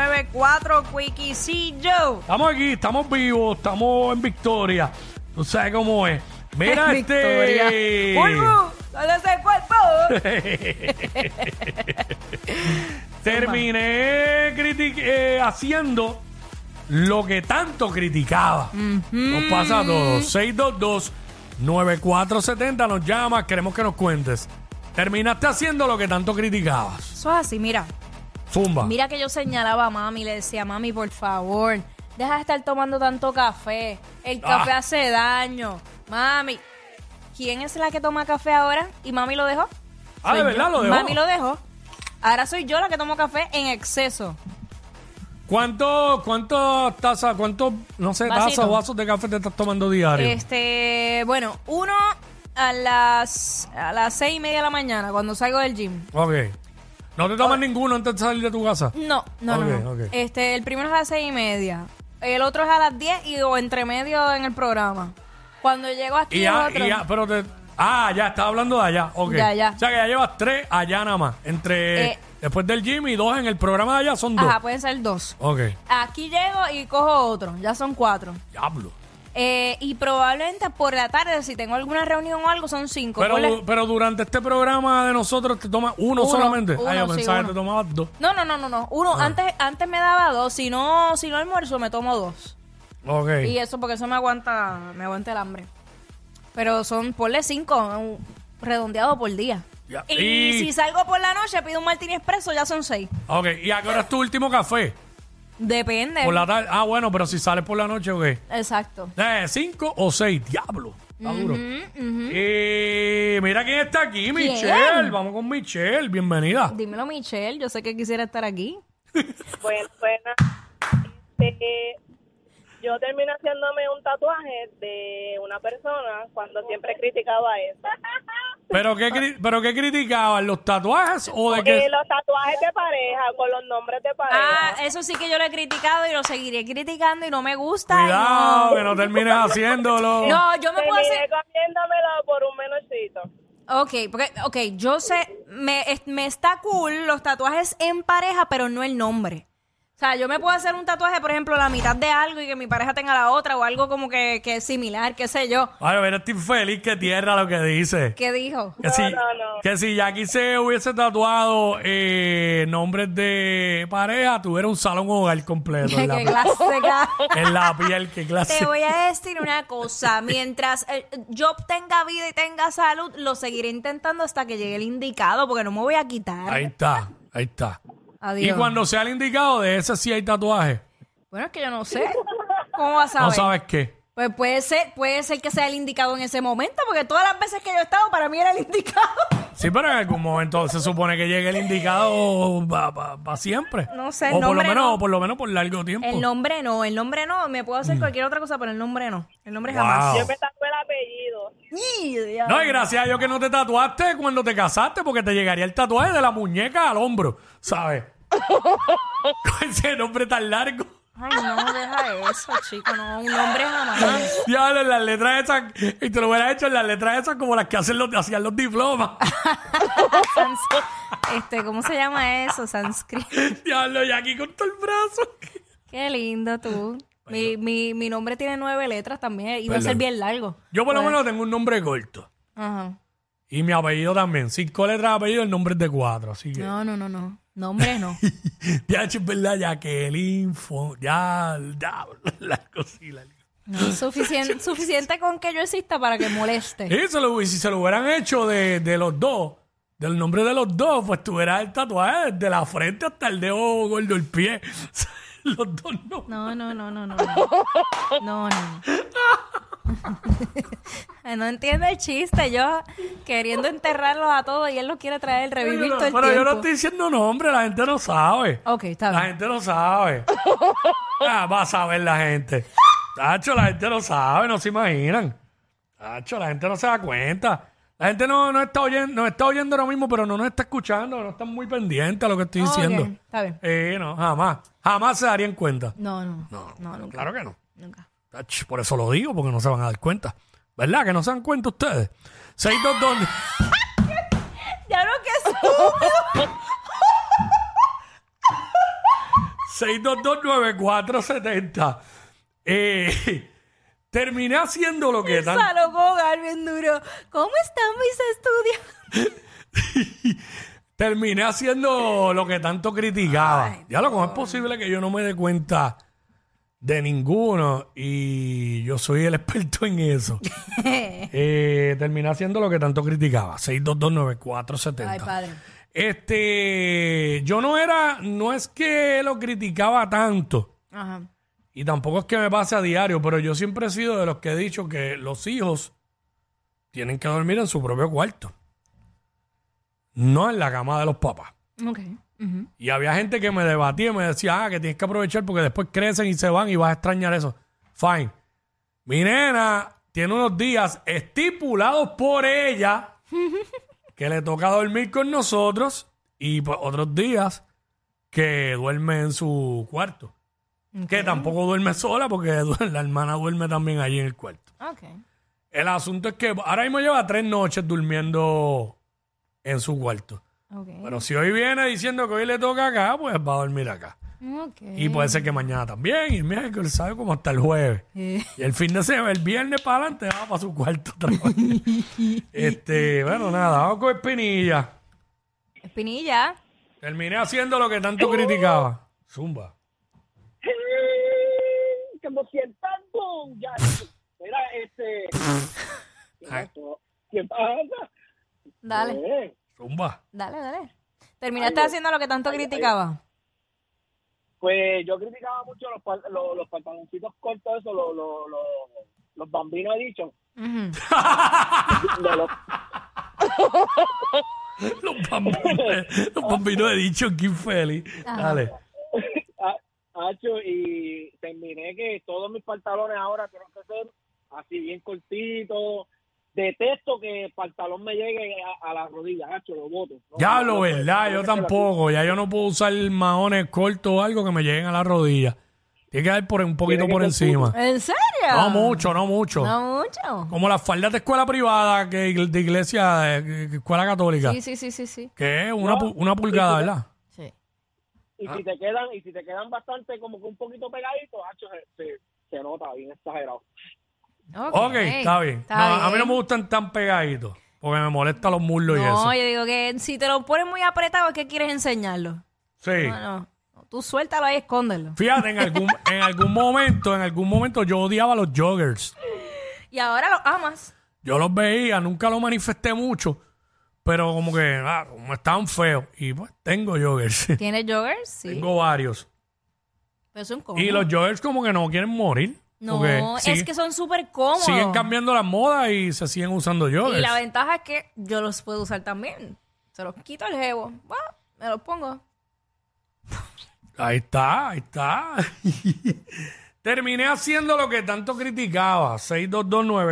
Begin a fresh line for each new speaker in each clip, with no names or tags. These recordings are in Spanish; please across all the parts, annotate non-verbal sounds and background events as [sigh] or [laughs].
994 Quickisillo.
Estamos aquí, estamos vivos, estamos en victoria. Tú sabes cómo es.
[laughs]
Mira este.
Bulbu, dale ese cuerpo.
[laughs] Terminé criti- eh, haciendo lo que tanto criticaba. Nos pasa a todos. 622 9470 nos llama, queremos que nos cuentes. Terminaste haciendo lo que tanto criticabas.
Eso es así, mira.
Zumba.
Mira que yo señalaba a mami, le decía, mami, por favor, deja de estar tomando tanto café. El café
Ah.
hace daño. Mami, ¿quién es la que toma café ahora? ¿Y mami lo dejó?
Ah, ¿de
Soy
verdad
yo.
lo dejó?
Mami lo dejó. Ahora soy yo la que tomo café en exceso.
¿Cuánto, cuánto tazas, cuántos, no sé,
Vasito.
tazas o vasos de café te estás tomando diario?
Este, bueno, uno a las, a las seis y media de la mañana cuando salgo del gym.
Ok. No te
Oh.
tomas ninguno antes de salir de tu casa.
No, no, no,
Ok,
no.
ok.
Este, el primero es a las seis y media. El otro es a las diez y o entre medio en el programa. Cuando llego aquí
Y
el
ya,
otro.
y ya, pero te. Ah, ya, estaba hablando de allá. Ok.
Ya, ya.
O sea que ya llevas tres allá nada más. Entre.
Eh.
después del gym y dos en el programa de allá son dos.
Ajá, pueden ser dos.
Ok.
Aquí llego y cojo otro. Ya son cuatro.
Diablo.
Eh, y probablemente por la tarde, si tengo alguna reunión o algo, son cinco.
Pero,
Ponle-
du- pero durante este programa de nosotros te tomas uno,
Uno,
solamente.
uno,
ah, yo
sí,
pensaba
uno.
que te tomabas dos.
No, no, no, no, no. Uno,
Ah.
antes, antes me daba dos. Si no, si no almuerzo, me tomo dos.
Ok.
Y eso porque eso me aguanta, me aguanta el hambre. Pero son, ponle cinco, un- redondeado por día.
Ya.
Y,
Y-
si salgo por la noche, pido un martini expreso, ya son seis.
Ok. ¿Y a qué hora es tu último café?
Depende.
Por la tarde. Ah, bueno, pero si sales por la noche, ok.
Exacto.
Eh, cinco o seis. Diablo. Está duro. Eh, mira quién está aquí, Michelle. Vamos con Michelle. Bienvenida.
Dímelo, Michelle, yo sé que quisiera estar aquí.
Pues, Bueno, buena. Este, yo termino haciéndome un tatuaje de una persona cuando siempre criticaba eso.
¿Pero qué, cri- ¿Pero qué criticaban? ¿Los tatuajes o de qué?
Eh, los tatuajes de pareja, con los nombres de
Ah,
pareja.
eso sí que yo lo he criticado y lo seguiré criticando y no me gusta. y
Cuidado, que no termines haciéndolo.
no. no, yo me puedo
Terminé
hacer...
comiéndomelo por un menorcito.
Ok, porque, ok, yo sé, me, es- me está cool los tatuajes en pareja, pero no el nombre. O sea, yo me puedo hacer un tatuaje, por ejemplo, la mitad de algo y que mi pareja tenga la otra o algo como que, que es similar, qué sé yo.
Ay, mira, estoy feliz que tierra lo que dice.
¿Qué dijo?
Que si,
no, no.
que si Jackie se hubiese tatuado eh, nombres de pareja, tuviera un salón hogar completo.
Qué [laughs]
en, la, piel. [laughs]
clásica.
en la piel, qué clase.
Te voy a decir una cosa, mientras eh, yo tenga vida y tenga salud, lo seguiré intentando hasta que llegue el indicado, porque no me voy a quitar.
Ahí está, ahí está.
Adiós.
Y cuando sea el indicado, de ese sí hay tatuaje.
Bueno, es que yo no sé. ¿Cómo vas a
No
saber?
sabes qué.
Pues puede ser, puede ser que sea el indicado en ese momento, porque todas las veces que yo he estado, para mí era el [laughs] indicado.
Sí, pero en algún momento se supone que llegue el indicado para siempre.
No sé, el
o por lo
nombre
menos,
no.
o por lo menos por largo tiempo.
El nombre no, el nombre no, me puedo hacer cualquier otra cosa, pero el nombre no. El nombre
Mm. Wow.
jamás.
Yo me tatué el apellido.
Y- ya.
No, y gracias a Dios que no te tatuaste cuando te casaste, porque te llegaría el tatuaje de la muñeca al hombro, ¿sabes? [laughs] Con ese nombre tan largo.
Ay, no, deja eso, chico, no, un nombre jamás.
Diablo, en las letras esas, y te lo hubieras hecho en las letras esas como las que hacen los, hacían los diplomas. [laughs]
Sans- este, ¿cómo se llama eso? Sanskrit.
Diablo, y aquí con todo el brazo.
Qué lindo tú. Mi, mi, mi nombre tiene nueve letras también, iba a
Perdón.
ser bien largo.
Yo por lo
Pues.
menos tengo un nombre corto.
Ajá.
Y mi apellido también. Cinco letras de apellido, el nombre es de cuatro. Así que.
No, no, no, no. Nombre no.
[laughs] Ya, es verdad, Jacqueline, Fon- ya, ya, la cosita.
No,
[laughs]
suficien- suficiente con que yo exista para que moleste.
Y se lo, y si se lo hubieran hecho de, de los dos, del nombre de los dos, pues tuviera el tatuaje desde la frente hasta el dedo gordo del pie. [laughs] los dos no.
No, no, no,
[laughs]
no, no. No, no. no. [laughs] Ay, no entiendo el chiste. Yo queriendo enterrarlos a todos y él los quiere traer, revivir todo el
pero yo no
tiempo.
estoy diciendo nombre, la gente no sabe.
Ok, está
La
bien.
gente no
[laughs]
sabe. ah, va a saber la gente. Tacho, la gente no sabe, no se imaginan. Tacho, la gente no se da cuenta. La gente no, no está oyendo, nos está oyendo ahora mismo, pero no nos está escuchando, no están muy pendientes a lo que estoy
Ok,
diciendo.
está bien.
Eh, no, jamás. Jamás se darían cuenta.
No, no,
No,
no, nunca,
claro que no.
nunca.
Ach, Por eso lo digo, porque no se van a dar cuenta. ¿Verdad? Que no se dan cuenta ustedes. [laughs] 622.
Ya lo que es.
6229470. Eh, [laughs] terminé haciendo lo que tan...
Saludó bien duro. ¿Cómo están mis estudios?
terminé haciendo lo que tanto criticaba. Ya lo, ¿cómo es posible que yo no me dé cuenta de ninguno? Y yo soy el [laughs] experto en eso.
[laughs]
Eh, terminé haciendo lo que tanto criticaba. 6229470.
Ay, padre.
Este, yo no era, no es que lo criticaba tanto,
Ajá.
y tampoco es que me pase a diario, pero yo siempre he sido de los que he dicho que los hijos tienen que dormir en su propio cuarto, no en la cama de los papás.
Ok. Ujú.
Y había gente que me debatía y me decía, ah, que tienes que aprovechar porque después crecen y se van y vas a extrañar eso. Fine. Mi nena tiene unos días estipulados por ella que le toca dormir con nosotros y pues, otros días que duerme en su cuarto. Que tampoco duerme sola porque [laughs] du- la hermana duerme también allí en el cuarto.
Ok.
El asunto es que ahora mismo lleva tres noches durmiendo en su cuarto.
Ok.
Pero si hoy viene diciendo que hoy le toca acá, pues va a dormir acá.
Ok.
Y pues- puede ser que mañana también, y el miércoles, sabe como hasta el jueves.
Eh.
Y el fin de semana, el viernes para adelante, va para su cuarto otra vez. este, bueno, nada, vamos con Espinilla.
Espinilla.
Terminé haciendo lo que tanto criticaba. Zumba.
[laughs] como boom, ya. Mira,
[laughs]
este. ¿Qué pasó? ¿Qué pasa?
Dale,
Eh,
Zumba. [laughs]
dale, dale. Terminaste haciendo lo que tanto criticaba.
Pues yo criticaba mucho los, pa- los, los pantaloncitos cortos, eso, los, los, los, los bambinos, he dicho.
Ujú.
De los-
Los bambinos, los bambinos he dicho, Kim Feli. Dale.
Ah, hacho, y terminé que todos mis pantalones ahora tienen que ser así bien cortitos. Detesto que el pantalón me llegue a, a la rodilla, hacho, lo boto. No,
Ya
no,
lo
no, no,
verdad,
no,
yo
no,
tampoco. Ya yo no puedo usar maones cortos o algo que me lleguen a la rodilla. Tiene que dar por un poquito
Tiene que
por
ser
encima.
¿En serio?
No mucho, no mucho.
No mucho.
Como las faldas de escuela privada, que igle- de iglesia, eh, que- que escuela católica,
Sí, sí, sí, sí, sí.
que es una, pu- una pulgada, ¿verdad?
Sí.
y si te quedan y si te quedan bastante como que un poquito pegaditos hacho, se, se- se nota bien exagerado
Ok, está bien. No, A mí no me gustan tan pegaditos, porque me molestan los muslos y
No,
eso.
yo digo que si te lo pones muy apretado, es que quieres enseñarlo.
Sí.
No, no. No, Tú suéltalo ahí, escóndelo.
Fíjate,
[laughs]
en algún, en algún momento, en algún momento yo odiaba los joggers.
Y ahora lo amas.
Yo los veía, nunca los manifesté mucho, pero como que, ah, como están feos. Y pues tengo joggers, [laughs]
¿Tienes joggers? Sí.
tengo varios.
Pero son cómodos.
Y los joggers como que no quieren morir. porque
no, es
siguen-
que son súper cómodos.
Siguen cambiando las modas y se siguen usando joggers.
Oh. Y la ventaja es que yo los puedo usar también. Se los quito el jevo. Bueno, me los pongo.
Ahí está,
[laughs]
ahí está. Terminé haciendo lo que tanto criticaba,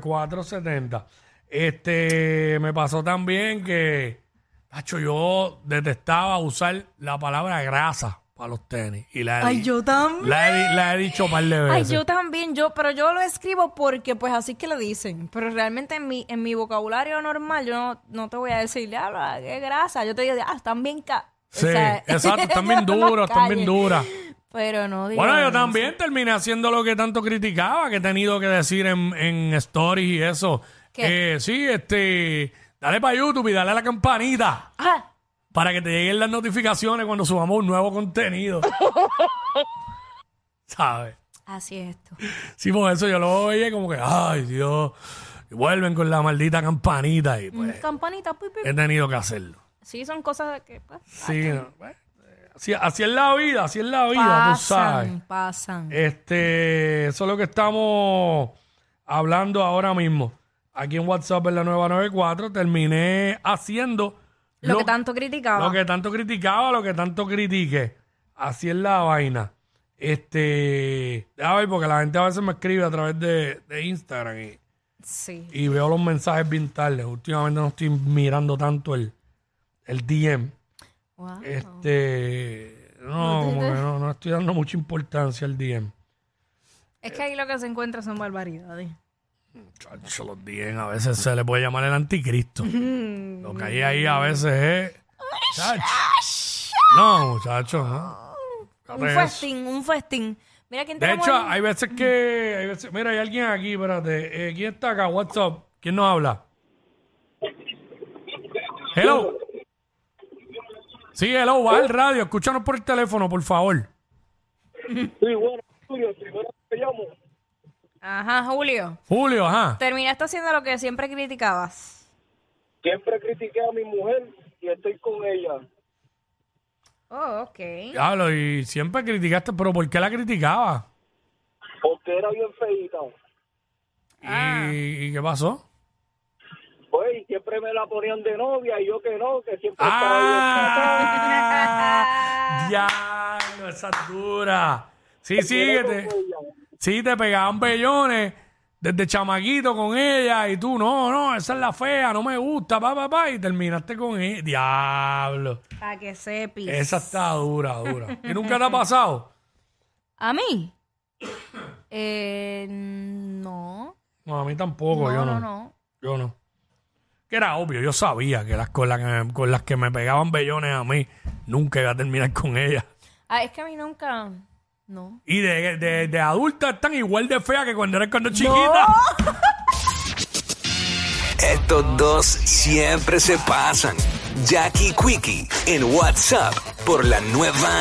6229470. Este, me pasó también que, Nacho, yo detestaba usar la palabra grasa para los tenis. Y la he, di-
también.
la he di- la he dicho un par de
Ay,
veces.
yo también, yo, pero yo lo escribo porque pues así es que le dicen. Pero realmente en mi, en mi vocabulario normal yo no, no te voy a decir, ah, qué grasa. Yo te digo, ah, están bien ca. o
Sí,
sea, [laughs]
exacto, están bien duros, están bien
calle.
duras.
Pero no digo.
Bueno, yo también terminé haciendo lo que tanto criticaba, que he tenido que decir en, en stories y eso.
¿Qué?
Eh, sí, este, dale para YouTube y dale a la campanita
Ah,
para que te lleguen las notificaciones cuando subamos un nuevo contenido.
[laughs]
¿Sabes?
así es esto.
Sí, por eso yo lo oye como que, ay Dios, y vuelven con la maldita campanita y
Mm,
pues
Campanita, pi, pi.
he tenido que hacerlo.
Sí, son cosas que pues,
Sí, no, pues, eh, así, así es la vida, así es la vida, tú sabes.
pasan, pasan.
Este, eso es lo que estamos hablando ahora mismo. Aquí en WhatsApp en la nueva 94 terminé haciendo
Lo, que tanto criticaba.
lo que tanto criticaba, lo que tanto critiqué. Así es la vaina. Este, a ver, porque la gente a veces me escribe a través de, de Instagram y,
Sí.
y veo los mensajes bien tarde. Últimamente no estoy mirando tanto el, el DM.
Wow.
Este, no, como que no, no estoy dando mucha importancia al DM.
Es que ahí lo que se encuentra son barbaridades.
Chacho, los 10 a veces se le puede llamar el anticristo. Lo que hay ahí a veces es. Chacho. No, muchacho, no.
Un
Pues,
festín, un festín. Mira quién
De
tenemos
hecho,
ahí.
hay veces que. hay veces- mira, hay alguien aquí, espérate. Eh, ¿Quién está acá? WhatsApp. ¿Quién nos habla? Hello. Sí, hello, va al radio. Escúchanos por el teléfono, por favor.
Sí, bueno, Julio, primero te llamo.
Ajá, Julio.
Julio, ajá.
Terminaste haciendo lo que siempre criticabas.
Siempre critiqué a mi mujer y estoy con ella.
Oh, ok.
Hablo, y siempre criticaste, pero ¿por qué la criticaba?
Porque era bien feita.
¿Y, y qué pasó?
Pues, y siempre me la ponían de novia y yo que no, que siempre
[laughs] ¡Ah! ¡Diablo, esa es dura! Sí, sí, que te, sí, te pegaban bellones desde chamaquito con ella y tú, no, no, esa es la fea, no me gusta, pa, pa, pa, y terminaste con ella. ¡Diablo!
Para que sepas.
Esa está dura, [laughs] dura. ¿Y nunca te ha pasado?
¿A mí? [coughs] Eh, no.
No, a mí tampoco,
No,
yo
no,
no.
no.
Yo no. Que era obvio, yo sabía que las con las que, con las que me pegaban bellones a mí, nunca iba a terminar con ella.
Ah, es que a mí nunca. No.
Y de, de, de adulta están igual de feas que cuando eran cuando chiquita.
Estos dos siempre se pasan. Jackie Quickie en WhatsApp por la nueva